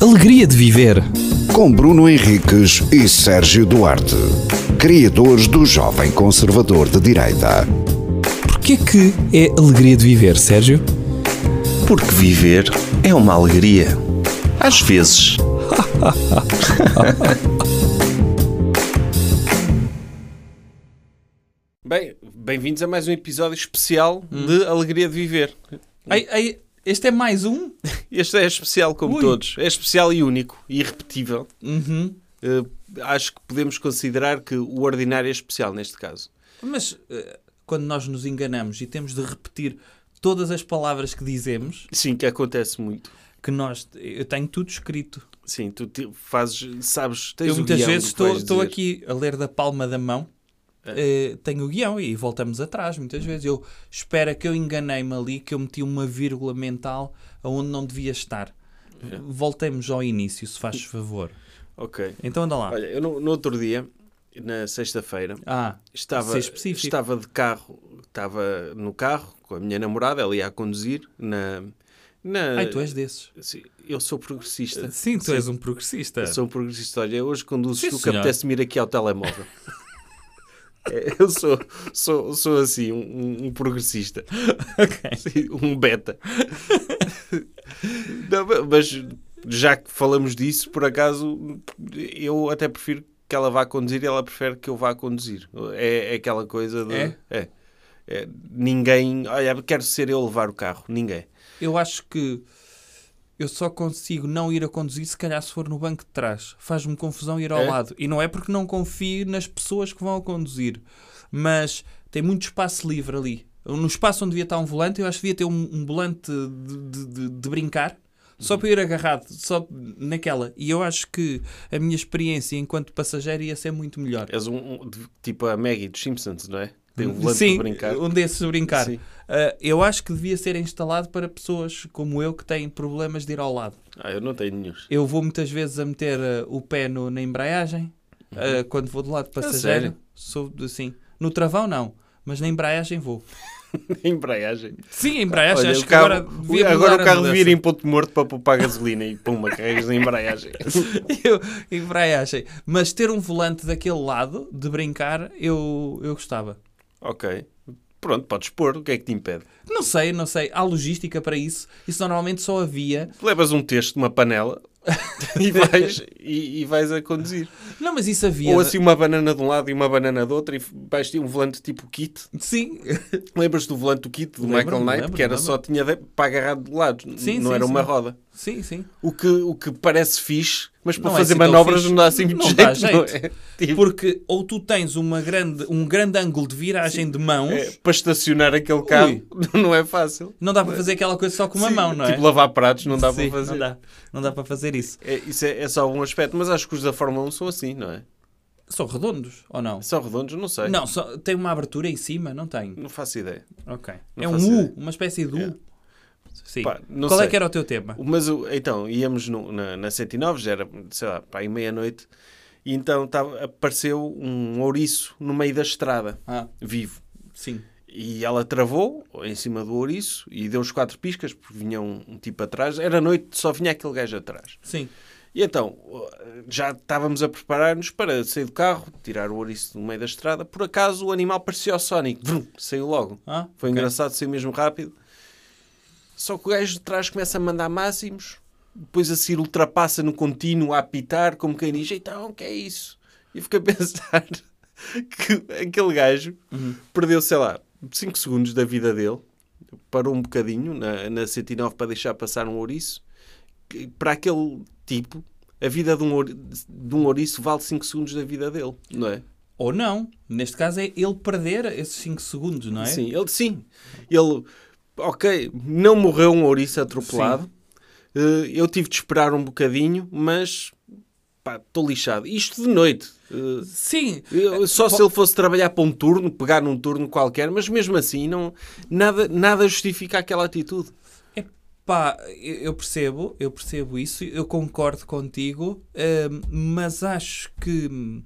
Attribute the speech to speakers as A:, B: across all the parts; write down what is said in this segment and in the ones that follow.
A: alegria de viver.
B: Com Bruno Henriques e Sérgio Duarte, criadores do Jovem Conservador de Direita.
A: Porquê que é alegria de viver, Sérgio?
C: Porque viver é uma alegria. Às vezes.
D: Bem, bem-vindos a mais um episódio especial de Alegria de Viver.
E: Ai, ai, este é mais um?
D: Este é especial como
E: Ui.
D: todos. É especial e único e irrepetível.
E: Uhum.
D: Eh, acho que podemos considerar que o ordinário é especial neste caso.
E: Mas eh, quando nós nos enganamos e temos de repetir todas as palavras que dizemos,
D: Sim, que acontece muito.
E: que nós. Eu tenho tudo escrito.
D: Sim, tu te- fazes, sabes, tens
E: eu
D: o
E: muitas
D: guião
E: vezes
D: do que vais
E: estou, estou
D: dizer. É.
E: aqui a ler da palma da mão. eh, tenho o guião e voltamos atrás muitas vezes. Eu espero que eu enganei-me ali, que eu meti uma vírgula mental aonde não devia estar.
D: É.
E: Voltemos ao início, se fazes favor.
D: Ok.
E: Então anda lá.
D: Olha, eu no, no outro dia, na sexta-feira,
E: Ah,
D: estava,
E: ser específico.
D: estava de carro, estava no carro com a minha namorada, ela ia a conduzir na. na
E: Ai, tu és desses.
D: Sim, Assim, Eu sou progressista.
E: Sim, tu és um progressista.
D: Eu sou um progressista. Olha, hoje conduzes
E: Sim,
D: tu que
E: senhor.
D: apetece-me ir aqui ao telemóvel. É, Eu sou, sou, sou assim, um, um progressista. Sim, Um beta. Não, ma- mas já que falamos disso, por acaso, eu até prefiro que ela vá conduzir e ela prefere que eu vá conduzir. É, é aquela coisa de...
E: É?
D: É. É, ninguém... Olha, quero ser eu a levar o carro. Ninguém.
E: Eu acho que eu só consigo não ir a conduzir se calhar se for no banco de trás. Faz-me confusão ir ao
D: É?
E: lado. E não é porque não confio nas pessoas que vão a conduzir, mas tem muito espaço livre ali. No espaço onde devia estar um volante, eu acho que devia ter um, um volante de, de- de- de brincar.
D: Uhum.
E: Só para eu ir agarrado, só naquela. E eu acho que a minha experiência enquanto passageiro ia ser muito melhor.
D: És um, um- tipo a Maggie dos Simpsons, não é? Tem um volante
E: Sim,
D: para brincar.
E: um desses a brincar.
D: Sim.
E: Ah, eu acho que devia ser instalado para pessoas como eu que têm problemas de ir ao lado.
D: Ah, eu não tenho nenhum.
E: Eu vou muitas vezes a meter ah, o pé no- na embreagem ah, quando vou do lado passageiro.
D: sério?
E: Sou de- assim. No travão não, mas na embreagem vou.
D: Embreagem.
E: Sim, a embreagem
D: Olha,
E: acho
D: o
E: que
D: carro,
E: agora devia
D: o, agora
E: mudar
D: o
E: a
D: carro
E: mudança.
D: vira em ponto morto para poupar gasolina e pum, carregas na embreagem.
E: Eu, embreagem. Mas ter um volante daquele lado de brincar, eu, eu gostava.
D: ok. Pronto, podes pôr. O que é que te impede?
E: Não sei, não sei. Há logística para isso. Isso normalmente só havia
D: Levas um texto de uma panela e vais, e, e vais a conduzir.
E: Não, mas isso havia.
D: Ou assim uma banana de um lado e uma banana do outro e vais ter um volante tipo kit.
E: Sim.
D: Lembras-te do volante do kit do
E: Lembro-me,
D: Michael Knight?
E: lembro-me,
D: que era só tinha de- para agarrar de lados.
E: Sim,
D: não
E: sim,
D: era uma
E: sim.
D: roda.
E: Sim, sim.
D: O que, o que parece fixe, mas para
E: Não é
D: fazer
E: assim tão
D: manobras
E: fixe.
D: não dá assim muito
E: Não
D: jeito.
E: dá
D: não
E: jeito.
D: é? Tipo,
E: Porque ou tu tens uma grande, um grande ângulo de viragem de mãos,
D: é, para estacionar aquele carro não é fácil.
E: não dá para fazer aquela coisa só com uma
D: Sim,
E: mão, não é?
D: Tipo lavar pratos não dá
E: Sim,
D: para fazer.
E: Não dá. Não dá para fazer isso.
D: É, isso é, é só um aspecto, mas acho que os da Fórmula 1 são assim, não é?
E: São redondos ou não?
D: São redondos, não sei.
E: Não, só, tem uma abertura em cima, não tem.
D: Não faço ideia.
E: Ok.
D: Não
E: é
D: faço
E: um
D: ideia. É.
E: U, uma espécie de U. Sim.
D: Pá, não
E: Qual
D: sei.
E: é que era o teu tema?
D: Mas o- então, íamos no- na, na 109, já era, sei lá, para aí meia-noite, e então tava, apareceu um ouriço no meio da estrada,
E: Ah,
D: vivo.
E: sim.
D: E ela travou em cima do ouriço e deu os quatro piscas, porque vinha um, um tipo atrás. Era noite, só vinha aquele gajo atrás.
E: Sim.
D: E então, já estávamos a preparar-nos para sair do carro, tirar o ouriço do meio da estrada. Por acaso, o animal parecia ao Sonic. Vrum, saiu logo.
E: Ah,
D: Foi
E: ok.
D: engraçado, saiu mesmo rápido. Só que o gajo de trás começa a mandar máximos. Depois a seguir ultrapassa no contínuo a apitar, como quem diz, então, o que é isso? E eu fiquei a pensar que aquele gajo
E: Uhum.
D: perdeu, sei lá, 5 segundos da vida dele. Parou um bocadinho na, na 109 para deixar passar um ouriço. Que, Para aquele tipo, a vida de um, ouri- de um ouriço vale 5 segundos da vida dele, não é?
E: Ou não. Neste caso é ele perder esses 5 segundos, não é?
D: Sim, ele sim. Ele, ok, não morreu um ouriço atropelado. Eh, eu tive de esperar um bocadinho, mas pá, estou lixado. Isto de noite. Eh,
E: Sim.
D: eu- só se ele fosse trabalhar para um turno, pegar num turno qualquer, mas mesmo assim não, nada, nada justifica aquela atitude.
E: Pá, eu eu percebo, eu percebo isso, eu concordo contigo, hum, mas acho que hum,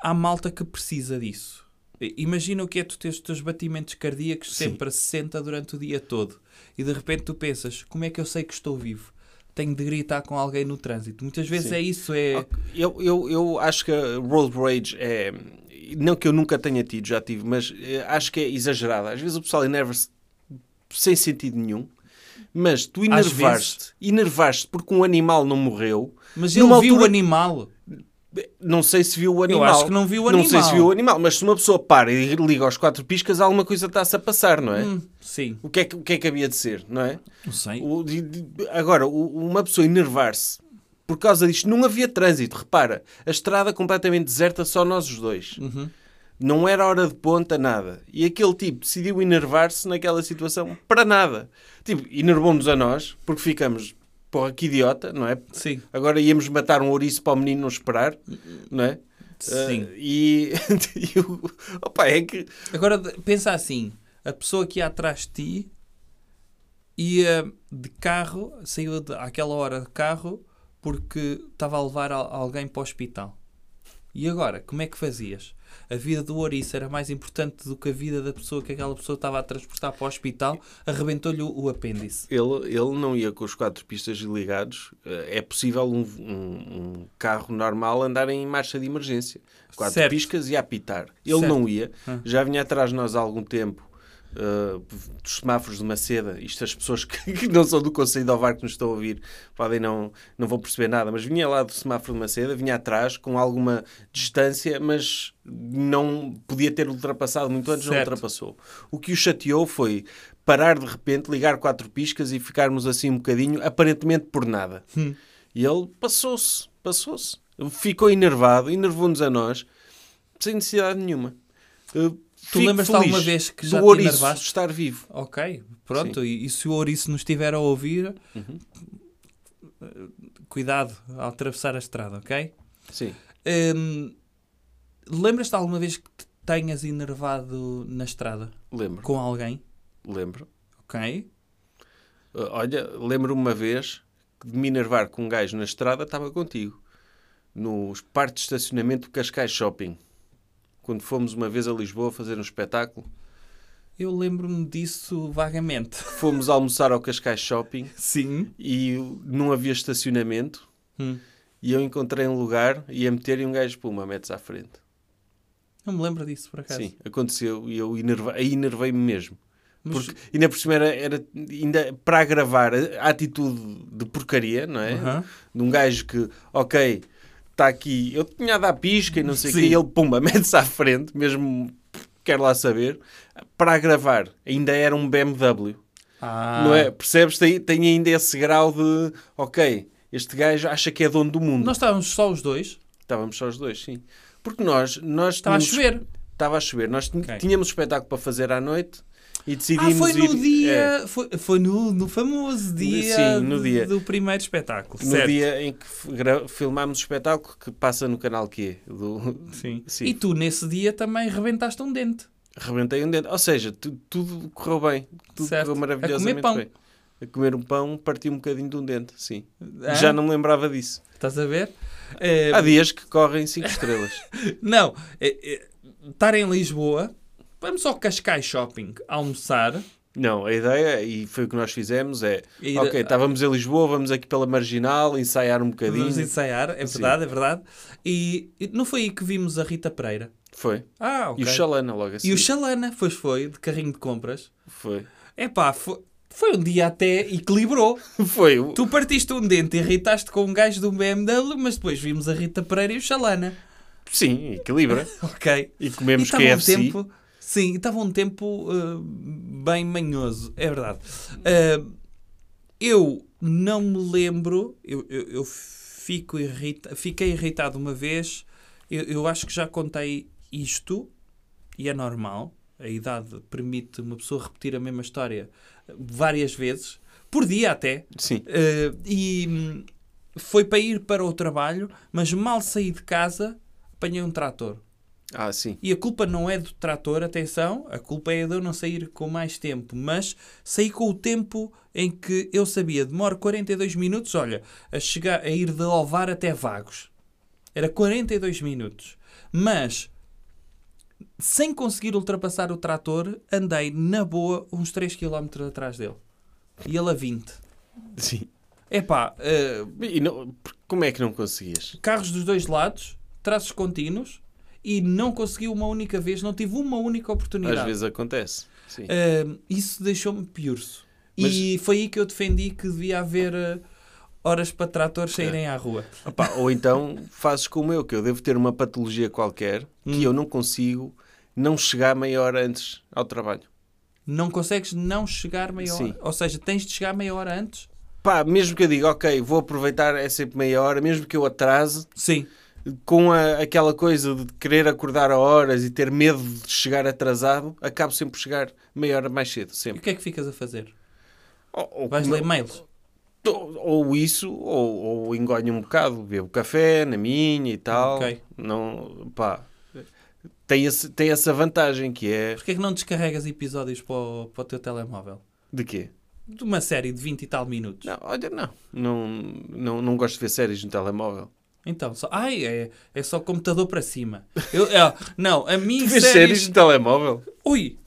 E: há malta que precisa disso. I- Imagina o que é tu teres os teus batimentos cardíacos sempre a 60 durante o dia todo e de repente tu pensas, como é que eu sei que estou vivo? tenho de gritar com alguém no trânsito. Muitas vezes é isso, é...
D: Eu, eu, eu acho que a road rage é. Não que eu nunca tenha tido, já tive, mas eh, acho que é exagerada. Às vezes o pessoal enerva-se sem sentido nenhum, mas tu enervaste, enervaste porque um animal não morreu.
E: Mas ele
D: numa
E: viu o
D: altura-
E: animal.
D: Não sei se viu o animal.
E: acho que não viu o
D: Não sei se
E: animal.
D: viu o animal, mas se uma pessoa para e liga aos quatro piscas, alguma coisa está-se a passar, não é?
E: Hum, sim,
D: O, que é que, o que é que havia de ser, não é?
E: não sei.
D: O- de- de- agora, o- uma pessoa enervar-se por causa disto, não havia trânsito, repara, a estrada completamente deserta, só nós os dois.
E: Uhum.
D: Não era hora de ponta, nada. E aquele tipo decidiu enervar-se naquela situação para nada. Tipo, enervou-nos a nós, porque ficamos, porra, que idiota, não é?
E: Sim.
D: Agora íamos matar um ouriço para o menino não esperar, não é?
E: Sim.
D: Ah, e. e o- opa, é que.
E: Agora de- pensa assim: a pessoa que ia atrás de ti ia de carro, saiu de, àquela hora de carro porque estava a levar al- alguém para o hospital. E agora, como é que fazias? A vida do ouriço era mais importante do que a vida da pessoa que aquela pessoa estava a transportar para o hospital, arrebentou-lhe o, o apêndice.
D: Ele, ele não ia com os quatro pistas ligados. Eh, É possível um, um- um carro normal andar em marcha de emergência. Quatro
E: Certo.
D: piscas e apitar. Ele
E: Certo. Ah.
D: não ia. Já vinha atrás de nós há algum tempo. eh, dos semáforos de Maceda, isto as pessoas que, que não são do Conselho de Alvar que nos estão a ouvir podem não, não vão perceber nada, mas vinha lá do semáforo de Maceda, vinha atrás com alguma distância, mas não podia ter ultrapassado muito antes, não
E: Certo.
D: ultrapassou. O que o chateou foi parar de repente, ligar quatro piscas e ficarmos assim um bocadinho, aparentemente por nada.
E: Hum.
D: E ele passou-se, passou-se. Ficou enervado, enervou-nos a nós, sem necessidade nenhuma. Uh, fico
E: lembras-te
D: feliz
E: alguma vez que
D: do
E: já te
D: ouriço
E: enervaste?
D: estar vivo?
E: Ok, pronto. E, e se o ouriço nos estiver a ouvir, eh, cuidado ao atravessar a estrada, ok?
D: Sim.
E: Hum, Lembras-te alguma vez que te tenhas enervado na estrada
D: Lembro,
E: com alguém?
D: lembro.
E: Ok?
D: Uh, Olha, lembro-me uma vez de me enervar com um gajo na estrada, estava contigo, no parque de estacionamento do Cascais Shopping. Quando fomos uma vez a Lisboa fazer um espetáculo,
E: Eu lembro-me disso vagamente.
D: fomos almoçar ao Cascais Shopping
E: Sim.
D: e não havia estacionamento.
E: Hum.
D: E eu encontrei um lugar, ia meter e um gajo, puma, metes à frente.
E: Não me lembro disso, por acaso.
D: Sim, aconteceu e eu enerva- aí enervei-me mesmo.
E: Mas-
D: Porque ainda por cima era, era ainda para agravar a a atitude de porcaria, não é?
E: Aham.
D: De um gajo que, ok, está aqui, eu tinha a dar pisca e não sei o quê,
E: Sim.
D: e ele, pumba, mete-se à frente, mesmo quer lá saber, para agravar. Ainda era um BMW,
E: Ah,
D: não é? Percebes? Tem, tem ainda esse grau de, ok, este gajo acha que é dono do mundo.
E: Nós estávamos só os dois.
D: Estávamos só os dois, sim. Porque nós, nós
E: Estava a
D: tínhamos-
E: chover. Ah,
D: Estava a chover. Nós tin-
E: Ok.
D: tínhamos espetáculo para fazer à noite e
E: Ah,
D: decidimos
E: foi no
D: ir- é,
E: dia. Foi, foi no, no famoso dia,
D: Sim, no
E: do-
D: dia.
E: do primeiro espetáculo.
D: é, no
E: certo.
D: dia em que f- gra- filmámos o espetáculo que passa no canal Q. Do...
E: Sim.
D: Sim.
E: E tu, nesse dia, também rebentaste um dente.
D: Rebentei um dente. Ou seja, tu- tudo correu bem. Tudo
E: Certo.
D: correu
E: A comer
D: maravilhosamente
E: pão.
D: bem. A comer um pão, parti um bocadinho de um dente, sim.
E: Ah,
D: Já não Ah, me lembrava disso.
E: Estás a ver? Eh,
D: Há dias que correm cinco estrelas.
E: Não, é- é, estar em Lisboa, vamos ao Cascais Shopping almoçar.
D: Não, a ideia, e foi o que nós fizemos, é...
E: Ir-
D: ok, estávamos em Lisboa, vamos aqui pela Marginal, ensaiar um bocadinho.
E: Vamos ensaiar, é verdade, é verdade. E e não foi aí que vimos a Rita Pereira?
D: Foi.
E: Ah, ok.
D: E o Xalana logo assim.
E: E o Xalana, pois foi, de carrinho de compras.
D: Foi.
E: É pá, foi, foi um dia até equilibrou.
D: Foi. o-
E: Tu partiste um dente e irritaste com um gajo de um BMW, mas depois vimos a Rita Pereira e o Xalana.
D: Sim, equilibra.
E: Ok.
D: E comemos
E: E estava
D: KFC.
E: Um tempo, sim, estava um tempo uh, bem manhoso, é verdade. Uh, eu não me lembro, eu, eu, eu fico irrita, fiquei irritado uma vez, eu, eu acho que já contei isto, e é normal, a idade permite uma pessoa repetir a mesma história eh, várias vezes, por dia até.
D: Sim.
E: Uh, e hum, foi para ir para o trabalho, mas mal saí de casa, apanhei um trator.
D: Ah, sim.
E: E a culpa não é do trator, atenção, a culpa é de eu não sair com mais tempo, mas saí com o tempo em que eu sabia, demoro 42 minutos, olha, a, chegar, a ir de Ovar até Vagos. Era 42 minutos. Mas, sem conseguir ultrapassar o trator, andei na boa uns 3 km atrás dele. E ele a 20.
D: Sim.
E: É pá,
D: E não- como é que não conseguias?
E: carros dos dois lados, traços contínuos e não consegui uma única vez, não tive uma única oportunidade.
D: Às vezes acontece. Sim.
E: Ahm, isso deixou-me piurso.
D: Mas-
E: E foi aí que eu defendi que devia haver ah, horas para tratores saírem à rua.
D: Opá, ou então fazes como eu, que eu devo ter uma patologia qualquer
E: Hum.
D: que eu não consigo não chegar meia hora antes ao trabalho.
E: Não consegues não chegar meia hora.
D: Sim.
E: Ou seja, tens de chegar meia hora antes.
D: Pá, mesmo que eu diga, ok, vou aproveitar, é sempre meia hora, mesmo que eu atrase,
E: Sim.
D: com a- aquela coisa de querer acordar a horas e ter medo de chegar atrasado, acabo sempre por chegar meia hora mais cedo,
E: E o
D: sempre.
E: que é que ficas a fazer?
D: Ou, ou-
E: Vais ler mails?
D: ou- ou isso, ou, ou engonho um bocado, bebo café na minha e tal.
E: Ok.
D: Não, pá, tem, esse- tem essa vantagem que é...
E: Porquê é que não descarregas episódios para o, para o teu telemóvel?
D: De quê?
E: De uma série de 20 e tal minutos.
D: Não, olha, não. Não, não, não gosto de ver séries no telemóvel.
E: Então, só. Ai, é, é só computador para cima. Eu, é, não, a mim
D: Vês
E: séries.
D: séries no telemóvel?
E: Ui!